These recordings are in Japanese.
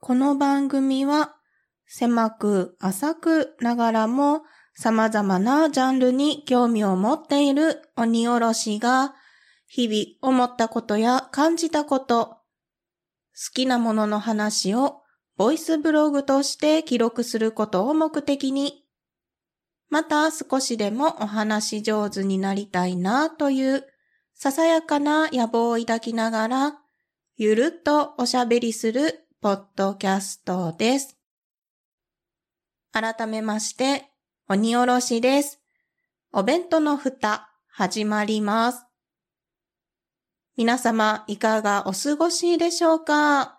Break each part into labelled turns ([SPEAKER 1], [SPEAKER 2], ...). [SPEAKER 1] この番組は狭く浅くながらも様々なジャンルに興味を持っている鬼おろしが日々思ったことや感じたこと、好きなものの話をボイスブログとして記録することを目的に、また少しでもお話し上手になりたいなというささやかな野望を抱きながら、ゆるっとおしゃべりするポッドキャストです。改めまして、鬼おろしです。お弁当の蓋、始まります。皆様、いかがお過ごしでしょうか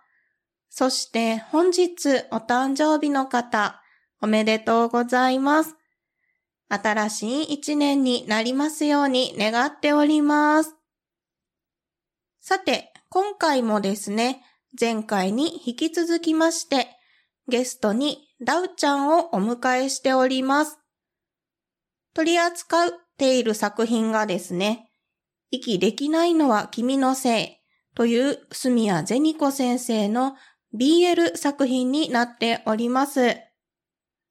[SPEAKER 1] そして、本日お誕生日の方、おめでとうございます。新しい一年になりますように願っております。さて、今回もですね、前回に引き続きまして、ゲストにダウちゃんをお迎えしております。取り扱っている作品がですね、息できないのは君のせいという住谷ゼニコ先生の BL 作品になっております。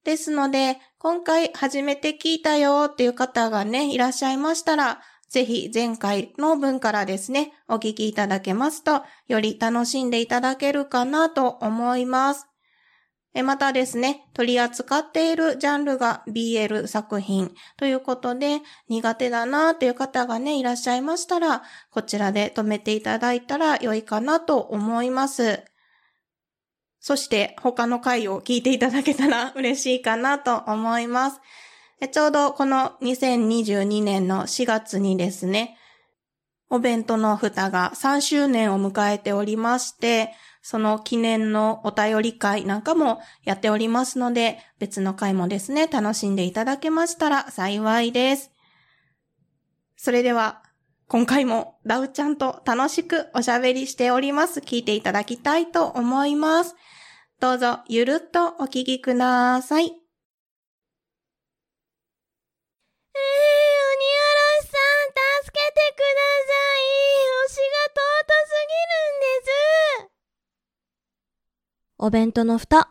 [SPEAKER 1] ですので、今回初めて聞いたよっていう方がね、いらっしゃいましたら、ぜひ前回の分からですね、お聞きいただけますと、より楽しんでいただけるかなと思います。えまたですね、取り扱っているジャンルが BL 作品ということで、苦手だなという方がね、いらっしゃいましたら、こちらで止めていただいたら良いかなと思います。そして他の回を聞いていただけたら嬉しいかなと思います。えちょうどこの2022年の4月にですね、お弁当の蓋が3周年を迎えておりまして、その記念のお便り会なんかもやっておりますので、別の回もですね、楽しんでいただけましたら幸いです。それでは、今回もダウちゃんと楽しくおしゃべりしております。聞いていただきたいと思います。どうぞゆるっとお聞きください。
[SPEAKER 2] えー、鬼おろしさん、助けてください。推しが尊すぎるんです。お弁当の蓋。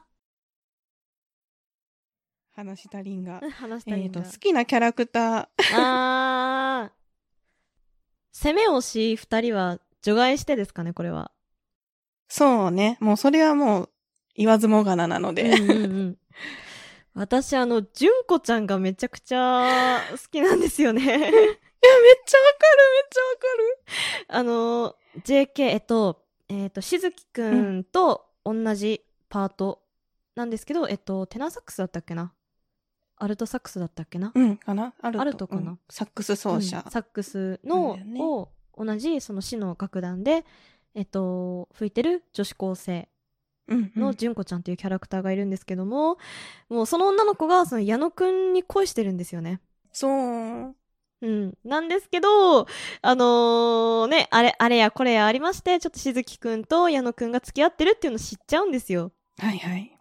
[SPEAKER 1] 話したりんが。
[SPEAKER 2] 話した
[SPEAKER 1] え
[SPEAKER 2] い
[SPEAKER 1] っ
[SPEAKER 2] ん
[SPEAKER 1] と、
[SPEAKER 2] だ。
[SPEAKER 1] 好きなキャラクター。
[SPEAKER 2] あー。攻め推し二人は除外してですかね、これは。
[SPEAKER 1] そうね。もうそれはもう言わずもがななの
[SPEAKER 2] う
[SPEAKER 1] で。
[SPEAKER 2] んうんうん。私、あの、純子ちゃんがめちゃくちゃ好きなんです よね。
[SPEAKER 1] めっちゃわかる、めっちゃわかる。
[SPEAKER 2] あの、JK、えっと、えっと、しずきくんと同じパートなんですけど、えっと、テナーサックスだったっけなアルトサックスだったっけな、
[SPEAKER 1] うん、かなあると
[SPEAKER 2] あるとかな
[SPEAKER 1] うんサックス奏者
[SPEAKER 2] うん。サックスの、
[SPEAKER 1] そうだよね
[SPEAKER 2] を同じその市の楽団で、えっと、吹いてる女子高生
[SPEAKER 1] うん、う
[SPEAKER 2] の
[SPEAKER 1] ん。
[SPEAKER 2] 純子ちゃんっていうキャラクターがいるんですけども、もうその女の子がその矢野くんに恋してるんですよね。
[SPEAKER 1] そう。
[SPEAKER 2] うん。なんですけど、あのーね、あれ、あれやこれやありまして、ちょっとしずきくんと矢野くんが付き合ってるっていうの知っちゃうんですよ。
[SPEAKER 1] はいはい。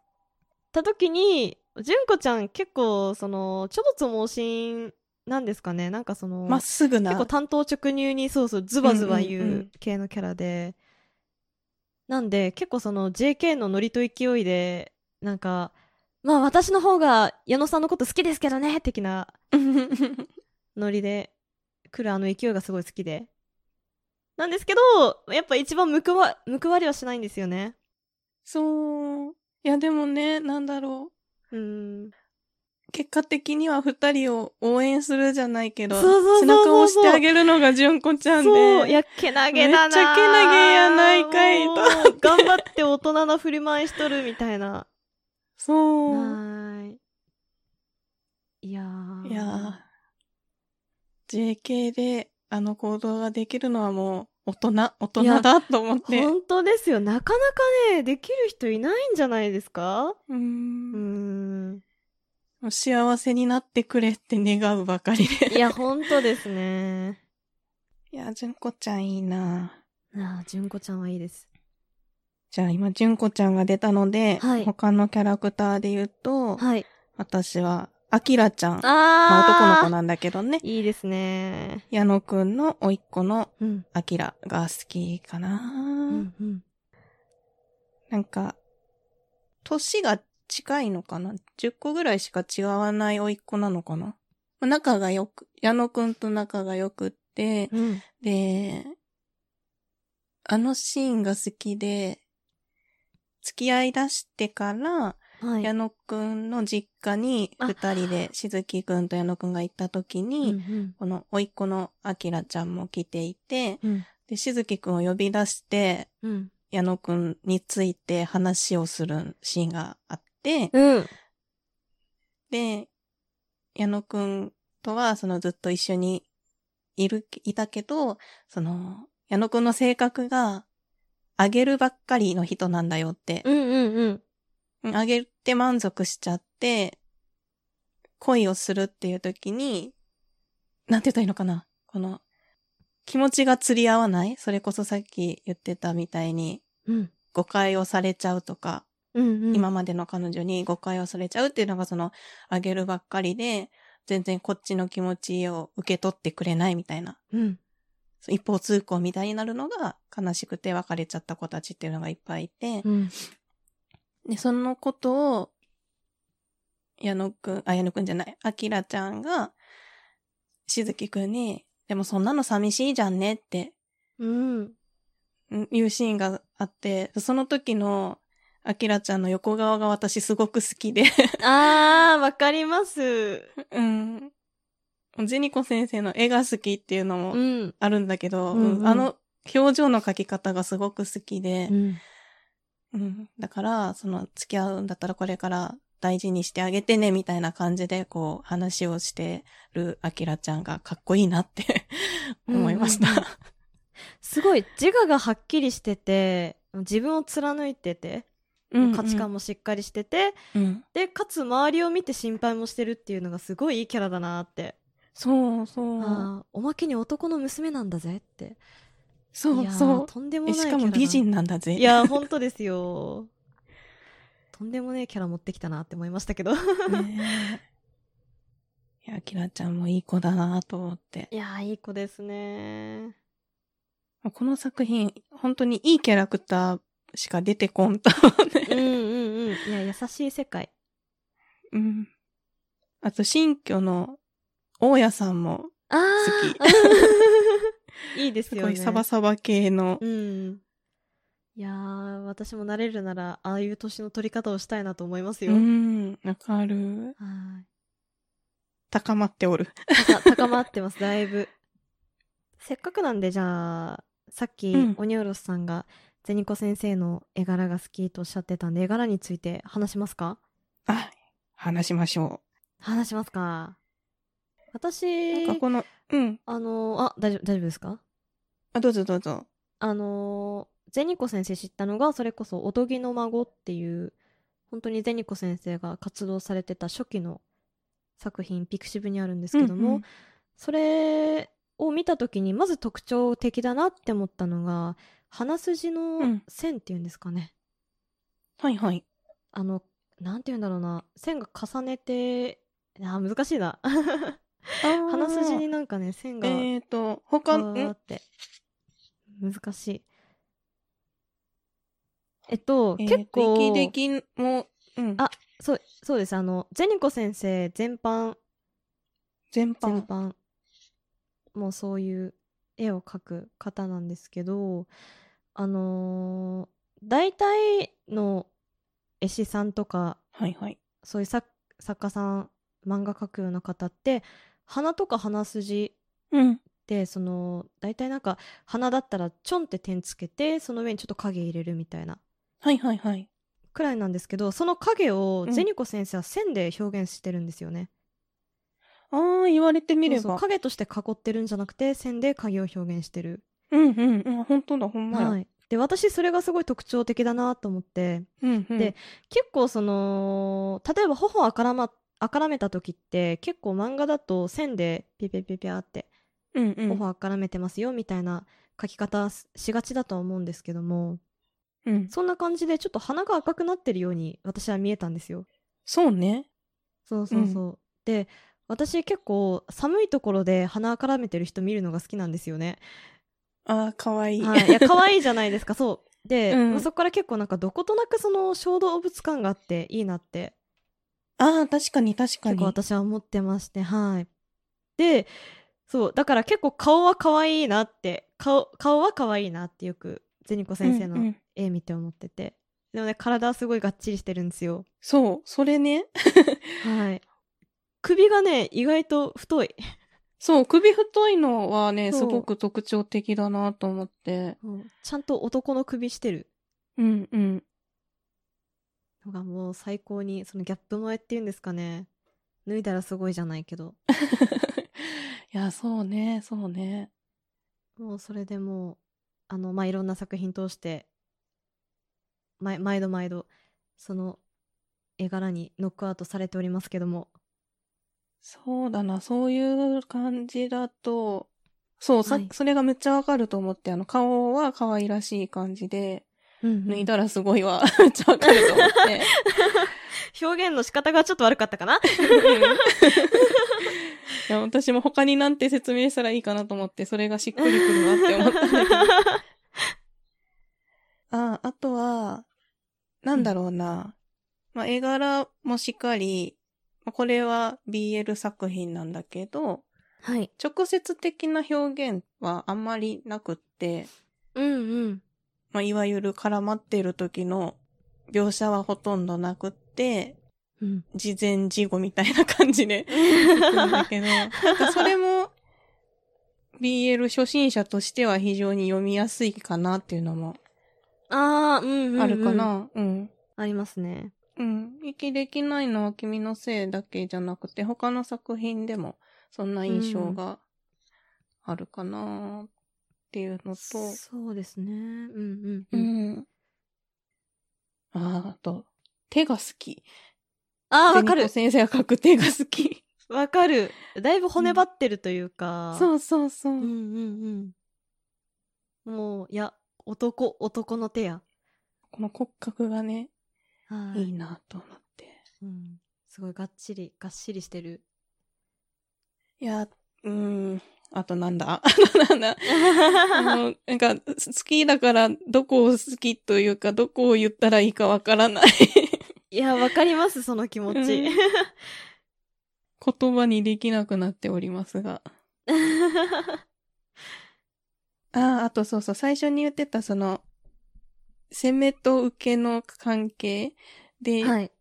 [SPEAKER 2] た時に、純子ちゃん結構、その、ちょっと盲信なんですかね。なんかその、
[SPEAKER 1] まっすぐな。
[SPEAKER 2] 結構担当直入に、そうそう、ズバズバ
[SPEAKER 1] うんうんう
[SPEAKER 2] 言うん系のキャラで、なんで、結構その JK のノリと勢いで、なんか、まあ私の方が矢野さんのこと好きですけどね、的なノリで来るあの勢いがすごい好きで。なんですけど、やっぱ一番報わ報われはしないんですよね。
[SPEAKER 1] そう。いや、でもね、なんだろ
[SPEAKER 2] うーん。
[SPEAKER 1] う。結果的には二人を応援するじゃないけど、
[SPEAKER 2] そうそうそうそう
[SPEAKER 1] 背中を押してあげるのが純子ちゃんで。
[SPEAKER 2] そう、いや、けなげだな。
[SPEAKER 1] めっちゃけなげやないかいと
[SPEAKER 2] もう頑張って大人な振る舞いしとるみたいな。
[SPEAKER 1] そう。
[SPEAKER 2] ない。いやー。
[SPEAKER 1] いやー、JK であの行動ができるのはもう大人、大
[SPEAKER 2] いや
[SPEAKER 1] 人だと思って。
[SPEAKER 2] 本当ですよ。なかなかね、できる人いないんじゃないですか
[SPEAKER 1] うー
[SPEAKER 2] うー
[SPEAKER 1] ん
[SPEAKER 2] ん。
[SPEAKER 1] もう幸せになってくれって願うばかりで。
[SPEAKER 2] いや、本当ですね。
[SPEAKER 1] いや、純子ちゃんいいな
[SPEAKER 2] ああ、純子ちゃんはいいです。
[SPEAKER 1] じゃあ今、純子ちゃんが出たので、
[SPEAKER 2] はい
[SPEAKER 1] 他のキャラクターで言うと、
[SPEAKER 2] はい。
[SPEAKER 1] 私は、アキラちゃん。まあ、
[SPEAKER 2] あー
[SPEAKER 1] 男の子なんだけどね。
[SPEAKER 2] いいですね。
[SPEAKER 1] 矢野くんの甥っ子の
[SPEAKER 2] うん。
[SPEAKER 1] アキラが好きかな、
[SPEAKER 2] うんうん。
[SPEAKER 1] なんか、年が近いのかな ?10 個ぐらいしか違わない甥っ子なのかなまあ仲がよく、矢野くんと仲がよくって、
[SPEAKER 2] うん。
[SPEAKER 1] で、あのシーンが好きで、付き合い出してから、
[SPEAKER 2] はい。
[SPEAKER 1] 矢野くんの実家に
[SPEAKER 2] あ
[SPEAKER 1] 二人で、しずきくんと矢野くんが行った時
[SPEAKER 2] うん
[SPEAKER 1] に、
[SPEAKER 2] うん
[SPEAKER 1] この甥っ子のあきらちゃんも来ていて、
[SPEAKER 2] うん
[SPEAKER 1] で、しずきくんを呼び出して、
[SPEAKER 2] うん。
[SPEAKER 1] 矢野くんについて話をするシーンがあって、
[SPEAKER 2] うん。
[SPEAKER 1] で、矢野くんとはそのずっと一緒にいる、いたけど、その、矢野くんの性格が、あげるばっかりの人なんだよって
[SPEAKER 2] う、んうんうん。
[SPEAKER 1] うんあげて満足しちゃって、恋をするっていう時に、なんて言ったらいいのかなこの、気持ちが釣り合わないそれこそさっき言ってたみたいに、
[SPEAKER 2] うん。
[SPEAKER 1] 誤解をされちゃうとか、
[SPEAKER 2] うんうん。
[SPEAKER 1] 今までの彼女に誤解をされちゃうっていうのがその、あげるばっかりで、全然こっちの気持ちを受け取ってくれないみたいな、
[SPEAKER 2] うん。
[SPEAKER 1] そう一方通行みたいになるのが悲しくて別れちゃった子たちっていうのがいっぱいいて、
[SPEAKER 2] うん。
[SPEAKER 1] で、そのことを、矢野くん、あ、矢野くんじゃない、あきらちゃんが、しずきくんに、でもそんなの寂しいじゃんねって
[SPEAKER 2] うん。
[SPEAKER 1] んいうシーンがあって、その時の、あきらちゃんの横顔が私すごく好きで、
[SPEAKER 2] あー、わかります。
[SPEAKER 1] うん。ジェニコ先生の絵が好きっていうのも
[SPEAKER 2] うん。
[SPEAKER 1] あるんだけど、
[SPEAKER 2] うんうん
[SPEAKER 1] うんあの表情の描き方がすごく好きで
[SPEAKER 2] う、ん。
[SPEAKER 1] うんだから、その付き合うんだったらこれから大事にしてあげてねみたいな感じでこう話をしてるアキラちゃんがかっこいいなって思いました。
[SPEAKER 2] うんうんうんすごい、自我がはっきりしてて、自分を貫いてて、価値観
[SPEAKER 1] も。
[SPEAKER 2] もしっかりしてて、
[SPEAKER 1] うん。
[SPEAKER 2] で、かつ周りを見て心配もしてるっていうのがすごいいいキャラだなって。
[SPEAKER 1] そうそう。
[SPEAKER 2] あーおまけに男の娘なんだぜって。
[SPEAKER 1] そ
[SPEAKER 2] いうやー
[SPEAKER 1] そ
[SPEAKER 2] とんでも
[SPEAKER 1] う。
[SPEAKER 2] な
[SPEAKER 1] え
[SPEAKER 2] いキャ
[SPEAKER 1] し
[SPEAKER 2] ラ
[SPEAKER 1] か
[SPEAKER 2] だ
[SPEAKER 1] も美人なんだぜ。
[SPEAKER 2] いや、本当ですよ。とんでもねえキャラ持ってきたなって思いました けど。
[SPEAKER 1] ねえ。いや、アキラちゃんもいい子だなと思って。
[SPEAKER 2] いやー、いい子ですね。
[SPEAKER 1] この作品、本当にいいキャラクターしか出てこんと
[SPEAKER 2] うん
[SPEAKER 1] ね。
[SPEAKER 2] うんうん。いや、優しい世界。
[SPEAKER 1] うん。あと、新居の大家さんも、
[SPEAKER 2] あー
[SPEAKER 1] 好
[SPEAKER 2] いいですすよ
[SPEAKER 1] ご
[SPEAKER 2] ね。
[SPEAKER 1] いサバサバ系の、
[SPEAKER 2] うん。いやー、私もなれるなら、ああいう年の取り方をしたいなと思います
[SPEAKER 1] う
[SPEAKER 2] よ。
[SPEAKER 1] ん、わかる。
[SPEAKER 2] は
[SPEAKER 1] 高まっておる。
[SPEAKER 2] ーい高 高まってます、だいぶ。せっかくなんで、じゃあ、さっき、
[SPEAKER 1] うん
[SPEAKER 2] オニオロスさんが、ゼニコ先生の絵柄が好きとおっしゃってたんで、絵柄について話しますか
[SPEAKER 1] あ、話しましょ
[SPEAKER 2] 話しますか。
[SPEAKER 1] う。
[SPEAKER 2] 私
[SPEAKER 1] なん、かこの、うん。
[SPEAKER 2] あのーあ、大丈夫、大丈夫ですか
[SPEAKER 1] あ、どうぞどうぞ。
[SPEAKER 2] あのーゼニコ先生知ったのがそれこそ「おとぎの孫」っていう本当にゼニコ先生が活動されてた初期の作品ピクシブにあるんですけども、
[SPEAKER 1] うんうん
[SPEAKER 2] それを見た時にまず特徴的だなって思ったのが鼻筋の線っていうんですかね、
[SPEAKER 1] はいはい。
[SPEAKER 2] あのなんて言うんだろうな線が重ねてあー難しいな鼻
[SPEAKER 1] 鼻
[SPEAKER 2] 筋になんかね線が
[SPEAKER 1] えーと、
[SPEAKER 2] わ
[SPEAKER 1] 他、
[SPEAKER 2] ー
[SPEAKER 1] ん
[SPEAKER 2] って難しいえっと、
[SPEAKER 1] えー
[SPEAKER 2] 結構
[SPEAKER 1] と息できも、うん。
[SPEAKER 2] あそうそうですあのゼニコ先生全般
[SPEAKER 1] 全
[SPEAKER 2] 全
[SPEAKER 1] 般。
[SPEAKER 2] 般もうそういう絵を描く方なんですけどあのー大体の絵師さんとか
[SPEAKER 1] はいはい。
[SPEAKER 2] そういう作作家さん漫画描くような方って鼻とか鼻筋
[SPEAKER 1] うん。
[SPEAKER 2] でその大体なんか鼻だったらちょんって点つけてその上にちょっと影入れるみたいな
[SPEAKER 1] はいはいはい。
[SPEAKER 2] くらいなんですけどその影を
[SPEAKER 1] うん
[SPEAKER 2] ゼニコ先生は線で表現してるんですよね。
[SPEAKER 1] あー、言われてみれ
[SPEAKER 2] そうそ
[SPEAKER 1] ば
[SPEAKER 2] う。影として囲ってるんじゃなくて線で影を表現してる。
[SPEAKER 1] うんうんうん。本当だ、ほんまや。
[SPEAKER 2] はい、で私それがすごい特徴的だなと思って
[SPEAKER 1] うんうん、
[SPEAKER 2] で結構その例えば頬をあから,、まあからめた時って結構漫画だと線でピピピピあって
[SPEAKER 1] うんうん、
[SPEAKER 2] 頬あからめてますよみたいな書き方しがちだとは思うんですけども。
[SPEAKER 1] うん、
[SPEAKER 2] そんな感じでちょっと鼻が赤くなってるように私は見えたんですよ。
[SPEAKER 1] そうね。
[SPEAKER 2] そうそうそう。で私結構寒いところで鼻絡めてる人見るのが好きなんですよね。
[SPEAKER 1] ああ、かわいい。
[SPEAKER 2] はい、いや可愛いじゃないですか。そうで、
[SPEAKER 1] うん
[SPEAKER 2] まあそこから結構なんかどことなくその小動物感があっていいなって
[SPEAKER 1] ああ、確かに確か
[SPEAKER 2] 結
[SPEAKER 1] に
[SPEAKER 2] 構。私は思ってましてはいでそうだから結構顔は可愛いなって顔顔は可愛いなってよくゼニコ先生
[SPEAKER 1] うんう
[SPEAKER 2] の
[SPEAKER 1] ん
[SPEAKER 2] 絵見て思ってて、でもね体はすごいがっちりしてるんですよ
[SPEAKER 1] そう、それね。
[SPEAKER 2] はい首がね意外と太い
[SPEAKER 1] そう、首太いのはね、
[SPEAKER 2] そう
[SPEAKER 1] すごく特徴的だなと思って。
[SPEAKER 2] ちゃんと男の首してる
[SPEAKER 1] うんうん。
[SPEAKER 2] のがもう最高にそのギャップ萌えっていうんですかね脱いだらすごいじゃないけど
[SPEAKER 1] いや、そうね、そうね。
[SPEAKER 2] もうそれでもうあの、まあ、いろんな作品通して、ま、毎度毎度その絵柄にノックアウトされておりますけども
[SPEAKER 1] そうだな、そういう感じだと、そう、さ、
[SPEAKER 2] はい
[SPEAKER 1] それがめっちゃわかると思って、あの、顔は可愛らしい感じで、
[SPEAKER 2] 脱
[SPEAKER 1] 脱いだらすごいわ、 めっちゃわかると思って。
[SPEAKER 2] 表現の仕方がちょっと悪かったかな
[SPEAKER 1] いや、私も他になんて説明したらいいかなと思って、それがしっくりくるなって思ったん だけど。あ、あとは、なんだろうな。まあ、絵柄もしっかり、まあ、これは BL 作品なんだけど、
[SPEAKER 2] はい
[SPEAKER 1] 直接的な表現はあんまりなくって、
[SPEAKER 2] うんうん
[SPEAKER 1] まあ、いわゆる絡まっている時の描写はほとんどなくって、
[SPEAKER 2] うん
[SPEAKER 1] 事前事後みたいな感じ で行くんだけど、なんかそれも BL 初心者としては非常に読みやすいかなっていうのも
[SPEAKER 2] ああうんうんうん
[SPEAKER 1] あるかな。うん、うん
[SPEAKER 2] ありますね
[SPEAKER 1] 息できないのは君のせいだけじゃなくて、他の作品でもそんな印象があるかなっていうのと、
[SPEAKER 2] そうですねうんうん、
[SPEAKER 1] う
[SPEAKER 2] うん、
[SPEAKER 1] ん。あーあと、手が好き。
[SPEAKER 2] ああわか
[SPEAKER 1] ゼニコ
[SPEAKER 2] る
[SPEAKER 1] 先生が書く手が好き。
[SPEAKER 2] わかるだいぶ骨張ってるというか、
[SPEAKER 1] そうそうそう。
[SPEAKER 2] うんうんうん。もう、いや、男、男の手や。
[SPEAKER 1] この骨格がね、
[SPEAKER 2] はい
[SPEAKER 1] いなと思って。
[SPEAKER 2] うん。すごいがっちり、がっしりして る。
[SPEAKER 1] いや、うーん。あとなん だなんだあの、なんか、す好きだから、どこを好きというか、どこを言ったらいいかわからない。
[SPEAKER 2] いや、わかります、その気持ち。
[SPEAKER 1] うん言葉にできなくなっておりますが。 ああ、あとそうそう、最初に言ってた、その、攻めと受けの関係で、
[SPEAKER 2] はい。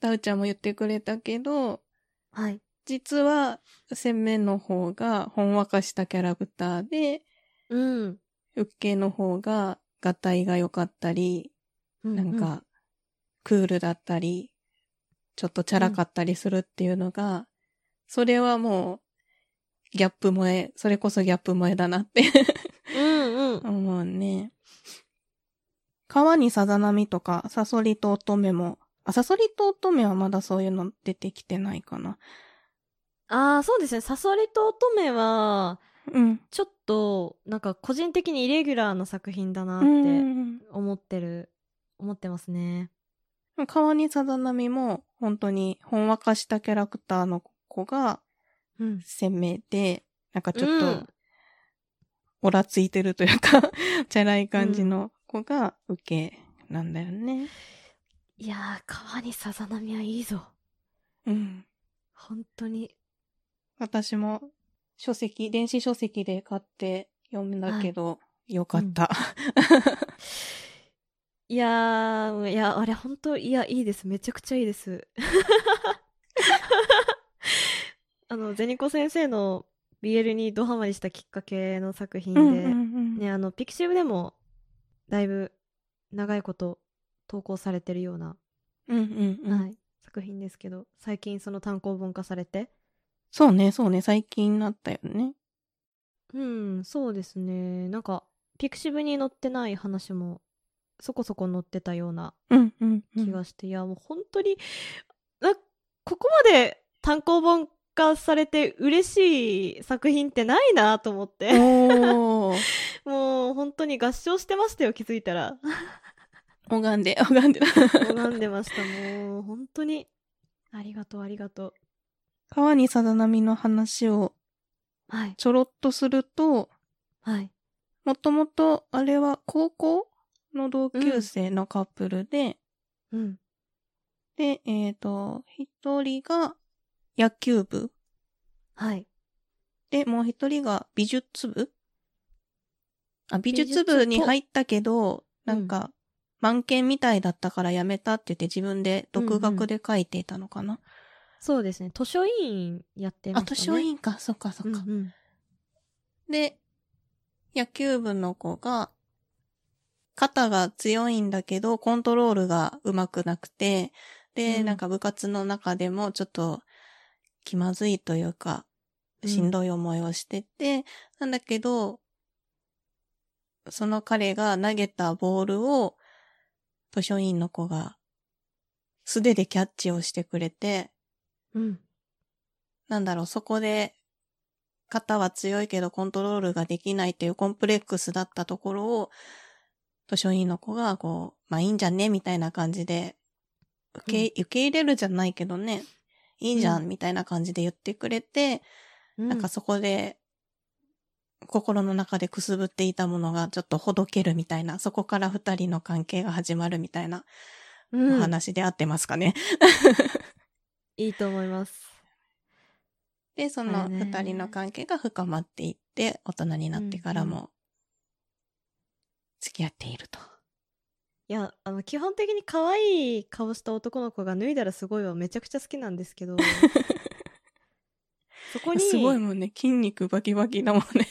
[SPEAKER 1] ダウちゃんも言ってくれたけど、
[SPEAKER 2] はい。
[SPEAKER 1] 実は、攻めの方が、ほんわかしたキャラクターで、
[SPEAKER 2] うん。
[SPEAKER 1] 受けの方が、がたいが良かったり、
[SPEAKER 2] う
[SPEAKER 1] なんか、、クールだったり、ちょっとチャラかったりするっていうのが、それはもう、ギャップ萌え、それこそギャップ萌えだなって
[SPEAKER 2] うんうん。
[SPEAKER 1] 思うね。川にさざ波とか、サソリと乙女も、あ、サソリと乙女はまだそういうの出てきてないかな。
[SPEAKER 2] ああ、そうですね。サソリと乙女は、
[SPEAKER 1] うん。
[SPEAKER 2] ちょっと、なんか、個人的にイレギュラーな作品だなっ
[SPEAKER 1] う
[SPEAKER 2] て
[SPEAKER 1] ん。
[SPEAKER 2] 思ってる、思ってますね。
[SPEAKER 1] 川にさざ波も、本当に、ほんわかしたキャラクターの子が、
[SPEAKER 2] うん。
[SPEAKER 1] 鮮明で、なんかちょっ
[SPEAKER 2] う
[SPEAKER 1] と
[SPEAKER 2] ん、
[SPEAKER 1] オラついてるというか、 チャラい感じの子が受けなんだよね。
[SPEAKER 2] いやー、川にさざ波はいいぞ。
[SPEAKER 1] うん。
[SPEAKER 2] 本当に。
[SPEAKER 1] 私も書籍、電子書籍で買って読んだけど、よかった。
[SPEAKER 2] いやー、いや、あれ、本当いや、いいです。めちゃくちゃい いです。あの、ゼニコ先生の BL にドハマりしたきっかけの作品で、
[SPEAKER 1] うんうんうん
[SPEAKER 2] ね、あの、ピクシブでも、だいぶ長いこと投稿されてるような、
[SPEAKER 1] うんうんうん
[SPEAKER 2] はい、作品ですけど、最近その単行本化されて、
[SPEAKER 1] そうね、そうね、最近になったよね。
[SPEAKER 2] うん、そうですね。なんか、ピクシブに載ってない話も、そこそこ載ってたような
[SPEAKER 1] うんうん、うん。
[SPEAKER 2] 気がして、いやもう本当になここまで単行本化されて嬉しい作品ってないなと思って、
[SPEAKER 1] おー。
[SPEAKER 2] もう本当に合唱してましたよ気づいた ら
[SPEAKER 1] 拝んで、拝んで。
[SPEAKER 2] 拝んでましたもう本当にありがとうありがとう
[SPEAKER 1] 川にさざ波の話を
[SPEAKER 2] はい
[SPEAKER 1] ちょろっとすると、
[SPEAKER 2] はい
[SPEAKER 1] もともと、あれは高校の同級生のカップルで、
[SPEAKER 2] うん。
[SPEAKER 1] で、えっ、と、一人が野球部
[SPEAKER 2] はい。
[SPEAKER 1] で、もう一人が美術部あ、美術部に入ったけど、
[SPEAKER 2] 美術部
[SPEAKER 1] なんか、満研みたいだったからやめたって言って自分で独学で書いていたのかな。
[SPEAKER 2] そうですね。図書委員やってま
[SPEAKER 1] あ、
[SPEAKER 2] したね。
[SPEAKER 1] 図書委員か、そっかそっか。
[SPEAKER 2] うんうん
[SPEAKER 1] で、野球部の子が、肩が強いんだけど、コントロールがうまくなくて、で、
[SPEAKER 2] うん
[SPEAKER 1] なんか部活の中でもちょっと気まずいというか、
[SPEAKER 2] うん
[SPEAKER 1] しんどい思いをしてて、なんだけど、その彼が投げたボールを、図書委員の子が素手でキャッチをしてくれて、
[SPEAKER 2] うん。
[SPEAKER 1] なんだろう、そこで、肩は強いけどコントロールができないっていうコンプレックスだったところを、図書委員の子が、こう、まあいいんじゃねみたいな感じで、受け、
[SPEAKER 2] うん
[SPEAKER 1] 受け入れるじゃないけどね、いいじゃ、
[SPEAKER 2] うん
[SPEAKER 1] みたいな感じで言ってくれて、
[SPEAKER 2] うん。
[SPEAKER 1] なんかそこで、心の中でくすぶっていたものがちょっとほどけるみたいな、そこから二人の関係が始まるみたいなお
[SPEAKER 2] うん
[SPEAKER 1] 話で合ってますかね。
[SPEAKER 2] いいと思います。
[SPEAKER 1] で、その
[SPEAKER 2] あれね
[SPEAKER 1] 二人の関係が深まっていって、大人になってから
[SPEAKER 2] うん
[SPEAKER 1] も、付き合っていると。
[SPEAKER 2] いや、あの、基本的に可愛い顔した男の子が脱いだらすごいはめちゃくちゃ好きなんです けど、そこに、
[SPEAKER 1] すごいもんね、筋肉バキバキだもんね。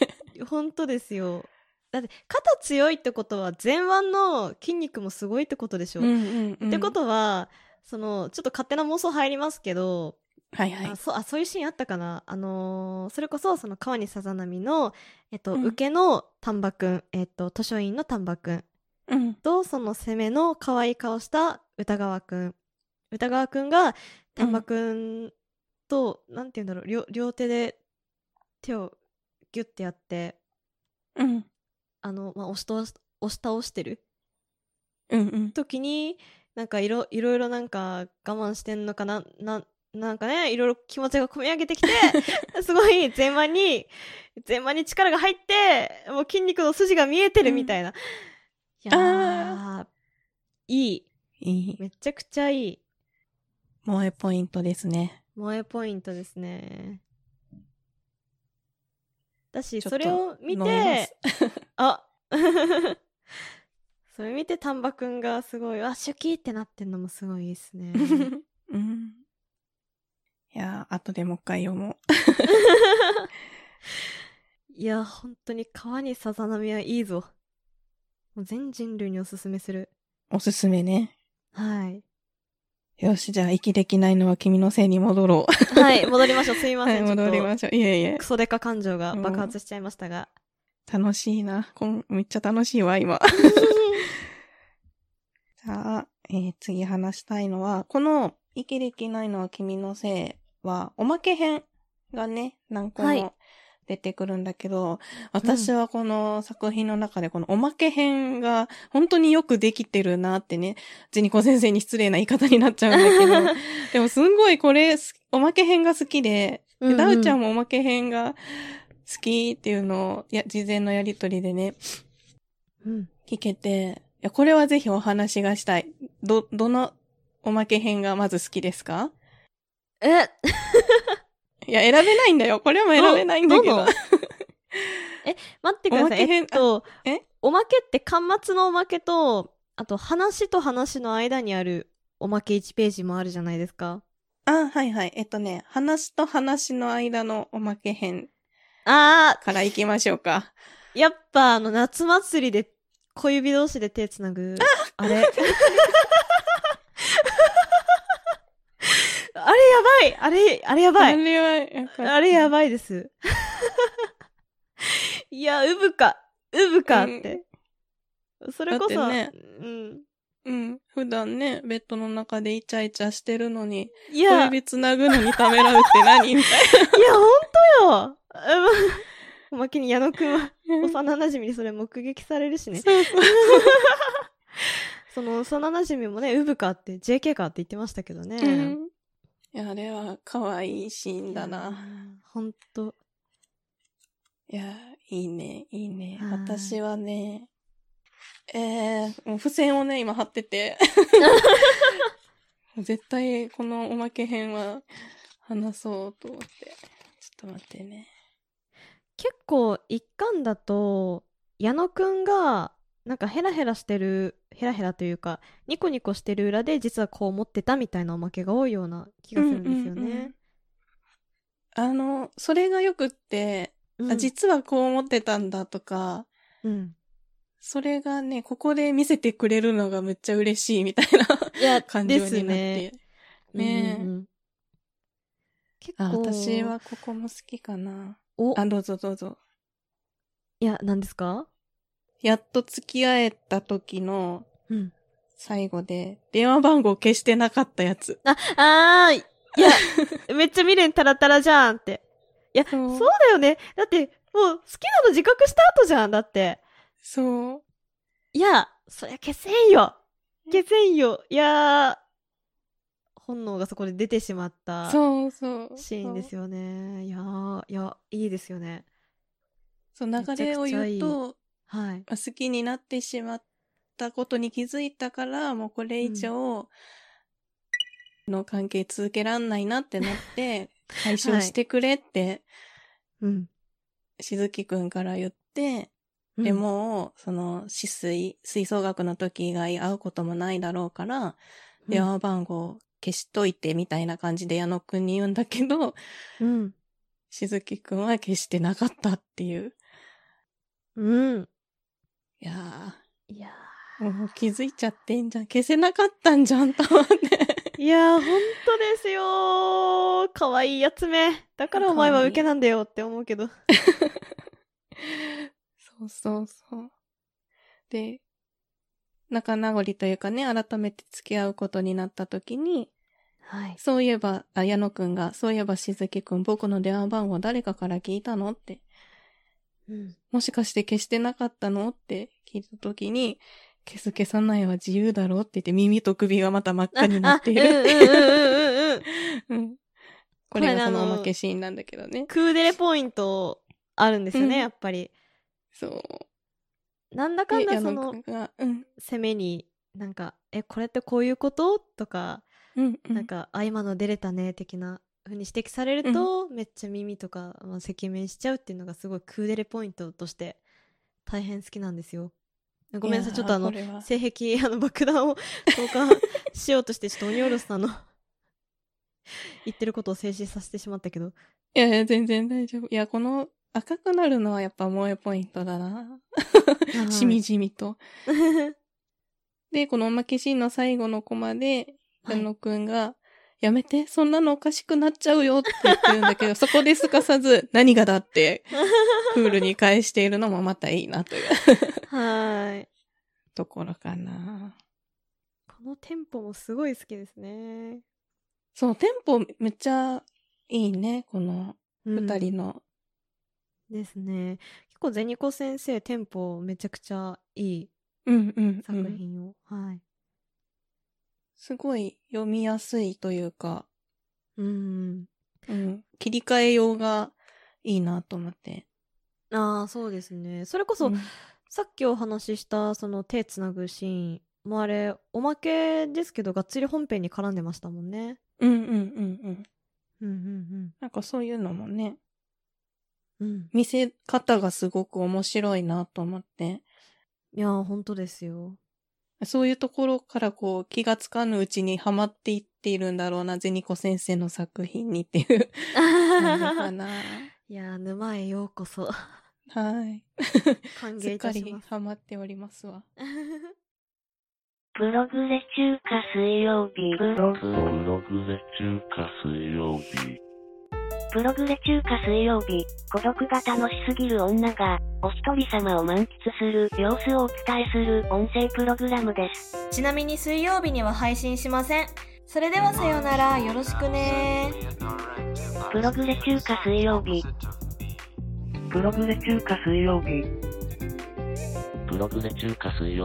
[SPEAKER 2] 本当ですよ。だって、肩強いってことは前腕の筋肉もすごいってことでしょ。
[SPEAKER 1] ん
[SPEAKER 2] ってことは、その、ちょっと勝手な妄想入りますけど、
[SPEAKER 1] はいはい
[SPEAKER 2] あ。そあそういうシーンあったかなあのーそれこそその川にさざ波の、えっと
[SPEAKER 1] うん
[SPEAKER 2] 受けの丹波くん、えっと、図書委員の丹波くん
[SPEAKER 1] うん。
[SPEAKER 2] とその攻めの可愛い顔した歌川くん歌川くんが丹波くんと、なんて言うんだろう両両手で手をギュッてやって
[SPEAKER 1] うん。
[SPEAKER 2] あの、まあ、押しと押し倒してる
[SPEAKER 1] うんうん。
[SPEAKER 2] 時になんかいろいろいろなんか我慢してんのかなななんかねいろいろ気持ちが込み上げてき てすごい前腕に前腕に力が入ってもう筋肉の筋が見えてるみたいな、いやーいい
[SPEAKER 1] いい。
[SPEAKER 2] めちゃくちゃいい
[SPEAKER 1] 萌えポイントですね。
[SPEAKER 2] 萌えポイントですねだし
[SPEAKER 1] ちょっと
[SPEAKER 2] それを見
[SPEAKER 1] 飲みま
[SPEAKER 2] て
[SPEAKER 1] す
[SPEAKER 2] あ それ見て丹波くんがすごいわシュキーってなってんのもすごいいいです ね
[SPEAKER 1] うん。いやー、後でもう一回読も
[SPEAKER 2] いや、本当に川にさざ波はいいぞ。もう全人類におすすめする。
[SPEAKER 1] う。おすすめね。
[SPEAKER 2] はい。
[SPEAKER 1] よし、じゃあ、息できないのは君のせいに戻ろう。
[SPEAKER 2] はい、戻りましょう。すいま
[SPEAKER 1] は
[SPEAKER 2] せ
[SPEAKER 1] い、
[SPEAKER 2] ん。ちょっと
[SPEAKER 1] 戻りましょう。いえいえ
[SPEAKER 2] ク。ソデカ感情が爆発しちゃいましたが。
[SPEAKER 1] 楽しいな。こんめっちゃ楽しいわ、今。じゃあ、えー次話したいのは、この、息できないのは君のせいは、おまけ編がね、何個
[SPEAKER 2] はい
[SPEAKER 1] も出てくるんだけど、私はこの作品の中で、このおまけ編が本当によくできてるなってね、ジェニコ先生に失礼な言い方になっちゃうんだけど、でもすんごいこれ、すおまけ編が好きで、
[SPEAKER 2] うんうん
[SPEAKER 1] ダウちゃんもおまけ編が好きっていうのを、や事前のやりとりでね、
[SPEAKER 2] うん。
[SPEAKER 1] 聞けて、いや、これはぜひお話がしたい。ど、どのおまけ編がまず好きですか
[SPEAKER 2] え、
[SPEAKER 1] いや、選べないんだよ。これも選べないんだけ
[SPEAKER 2] ど
[SPEAKER 1] ど
[SPEAKER 2] の。 え、待ってくだ
[SPEAKER 1] おま
[SPEAKER 2] さい。
[SPEAKER 1] け編
[SPEAKER 2] えっと、
[SPEAKER 1] え
[SPEAKER 2] おまけって、巻末のおまけと、あと、話と話の間にあるおまけ1ページもあるじゃないですか。
[SPEAKER 1] あ、はいはい。えっとね、話と話の間のおまけ編
[SPEAKER 2] あ
[SPEAKER 1] から行きましょうか。
[SPEAKER 2] ー、やっぱ、あの、夏祭りで、小指同士で手つなぐ、あ れ。あれやばいあれ、あれやば
[SPEAKER 1] あ
[SPEAKER 2] い
[SPEAKER 1] れはよかった、
[SPEAKER 2] あれや
[SPEAKER 1] ば
[SPEAKER 2] ばいです。いや、うぶか、うぶかって。それこ
[SPEAKER 1] だ
[SPEAKER 2] そ、
[SPEAKER 1] ってね
[SPEAKER 2] うん。
[SPEAKER 1] うん。普段ね、ベッドの中でイチャイチャしてるのに、
[SPEAKER 2] いや、い
[SPEAKER 1] 小
[SPEAKER 2] や、
[SPEAKER 1] 指つなぐのにためらうって何みたい
[SPEAKER 2] ほんとようんおまけに矢野くんは、
[SPEAKER 1] な。
[SPEAKER 2] 幼馴染に それ目撃されるしね。
[SPEAKER 1] そうそう
[SPEAKER 2] その幼馴染もね、うぶかって、JK かって言ってましたけどね。
[SPEAKER 1] うん いや、あれは可愛いシーンだな。。
[SPEAKER 2] ほんと。
[SPEAKER 1] いやー、いいね、いいね
[SPEAKER 2] はい。
[SPEAKER 1] 私はね、えー、もう付箋をね、今貼って て。絶対、このおまけ編は話そうと思って。ちょっと待ってね。
[SPEAKER 2] 結構一巻だと矢野くんがなんかヘラヘラしてるヘラヘラというかニコニコしてる裏で実はこう思ってたみたいなおまけが多いような気がするんですよ
[SPEAKER 1] うんうんう
[SPEAKER 2] ね
[SPEAKER 1] ん。あの、それがよくって、
[SPEAKER 2] うん
[SPEAKER 1] あ実はこう思ってたんだとか、
[SPEAKER 2] うん
[SPEAKER 1] それがね、ここで見せてくれるのがめっちゃ嬉しいみたいない
[SPEAKER 2] や
[SPEAKER 1] 感情になっ
[SPEAKER 2] で
[SPEAKER 1] て。
[SPEAKER 2] すね
[SPEAKER 1] ねえ
[SPEAKER 2] うんうんうん結構
[SPEAKER 1] あ、私はここも好きかな。
[SPEAKER 2] お
[SPEAKER 1] あ、どうぞどうぞ。
[SPEAKER 2] いや何ですか
[SPEAKER 1] やっと付き合えた時の
[SPEAKER 2] うん
[SPEAKER 1] 最後で、電話番号消してなかったやつ。
[SPEAKER 2] あーいや めっちゃ未練タラタラじゃんっていや
[SPEAKER 1] そう
[SPEAKER 2] そうだよねだってもう好きなの自覚した後じゃんだって
[SPEAKER 1] そう。
[SPEAKER 2] いや、そりゃ消せんよ消せんよいやー、本能がそこで出てしまった
[SPEAKER 1] そうそう。
[SPEAKER 2] シーンです
[SPEAKER 1] よ。
[SPEAKER 2] よね。いやー、いや、いいですよね。
[SPEAKER 1] そう、流れを言うと、
[SPEAKER 2] はい。
[SPEAKER 1] まあ好きになってしまったことに気づいたから、もうこれ以上、の関係続けらんないなってなって、解消してくれって、
[SPEAKER 2] うん。
[SPEAKER 1] しずきくんから言って、
[SPEAKER 2] うん
[SPEAKER 1] で、もう、その、止水、吹奏楽の時以外会うこともないだろうから、
[SPEAKER 2] うん
[SPEAKER 1] 電話番号消しといてみたいな感じで矢野くんに言うんだけど、
[SPEAKER 2] うん。
[SPEAKER 1] しずきくんは消してなかったっていう。
[SPEAKER 2] うん。
[SPEAKER 1] いや
[SPEAKER 2] いや
[SPEAKER 1] ー、もう気づいちゃってんじゃん。消せなかったんじゃんと思って。
[SPEAKER 2] ー、いやー、ほんとですよー。かわいいやつめ。だからお前は受けなんだよって思うけど。
[SPEAKER 1] そうそうそう。で、仲直りというかね、改めて付き合うことになった時に、
[SPEAKER 2] はい。
[SPEAKER 1] そういえば、あ、矢野くんが、そういえばしずきくん、僕の電話番号誰かから聞いたのって、
[SPEAKER 2] うん。
[SPEAKER 1] もしかして消してなかったのって聞いたときに、消す消さないは自由だろうって言って耳と首がまた真っ赤になっている
[SPEAKER 2] ああうんうんうんうんうん。
[SPEAKER 1] うんこれがその
[SPEAKER 2] これあ
[SPEAKER 1] お
[SPEAKER 2] の
[SPEAKER 1] まけシーンなんだけどね。
[SPEAKER 2] クーデレポイントあるんですよね、
[SPEAKER 1] うん
[SPEAKER 2] やっぱり。
[SPEAKER 1] そう。
[SPEAKER 2] なんだかん
[SPEAKER 1] で、
[SPEAKER 2] だ
[SPEAKER 1] 矢
[SPEAKER 2] そ
[SPEAKER 1] 野
[SPEAKER 2] の
[SPEAKER 1] くんが、うん、
[SPEAKER 2] 攻めになんか「えこれってこういうこと?」とか、
[SPEAKER 1] うん、う
[SPEAKER 2] なんか「あ今の出れたね」的な風に指摘されると、めっちゃ耳とか、まあ、赤面しちゃうっていうのがすごいクーデレポイントとして大変好きなんですよ。ごめんなさい
[SPEAKER 1] やー
[SPEAKER 2] ちょっとあの
[SPEAKER 1] これは
[SPEAKER 2] 性癖あの爆弾を 交換しようとしてちょっとオニオロスさんの 言ってることを静止させてしまったけど
[SPEAKER 1] いやいや、全然大丈夫。いや、この赤くなるのはやっぱ萌えポイントだな。 しみじみと。で、このおまけシーンの最後のコマで、
[SPEAKER 2] は
[SPEAKER 1] 矢
[SPEAKER 2] い
[SPEAKER 1] 野くんが、やめて、そんなのおかしくなっちゃうよって言ってるんだけど、そ こですかさず、何がだって、 クールに返しているのもまたいいな という
[SPEAKER 2] はい
[SPEAKER 1] ところかな。
[SPEAKER 2] このテンポもすごい好きですね。
[SPEAKER 1] そう、テンポめっちゃいいね、この
[SPEAKER 2] うん
[SPEAKER 1] 二人の。
[SPEAKER 2] ですね。結構ゼニコ先生テンポめちゃくちゃいい
[SPEAKER 1] うんうん、う
[SPEAKER 2] 作
[SPEAKER 1] ん。
[SPEAKER 2] 品を、はい。
[SPEAKER 1] すごい読みやすいというか、
[SPEAKER 2] うん。
[SPEAKER 1] うん、切り替えようがいいなと思って。
[SPEAKER 2] ああそうですね。それこそ、
[SPEAKER 1] ん
[SPEAKER 2] さっきお話ししたその手つなぐシーンもあれおまけですけどがっつり本編に絡んでましたもんね。
[SPEAKER 1] うんうんうん
[SPEAKER 2] うんうん
[SPEAKER 1] なんかそういうのもね、
[SPEAKER 2] うん。うん。
[SPEAKER 1] 見せ方がすごく面白いなと思って、
[SPEAKER 2] いやー本当ですよ。
[SPEAKER 1] そういうところからこう気がつかぬうちにハマっていっているんだろうな、ゼニコ先生の作品にっていう感じかな。
[SPEAKER 2] いやー沼へようこそ
[SPEAKER 1] はい。
[SPEAKER 2] 歓
[SPEAKER 1] す
[SPEAKER 2] 迎
[SPEAKER 1] っ
[SPEAKER 2] い
[SPEAKER 1] か
[SPEAKER 2] たし
[SPEAKER 1] り
[SPEAKER 2] ます。
[SPEAKER 1] ハマっておりますわ。
[SPEAKER 3] ブログレ中華水曜日。ブロ
[SPEAKER 4] ブ
[SPEAKER 3] グ。
[SPEAKER 4] ログで中華水曜日。
[SPEAKER 3] ブログレ中華水曜日。孤独が楽しすぎる女が、お一人様を満喫する様子をお伝えする音声プログラムです。
[SPEAKER 5] ちなみに水曜日には配信しません。それではさようなら、よろしくね
[SPEAKER 3] ブログレ中華水曜日。
[SPEAKER 6] ブログで中華水曜日。
[SPEAKER 4] ブログで中華水曜日。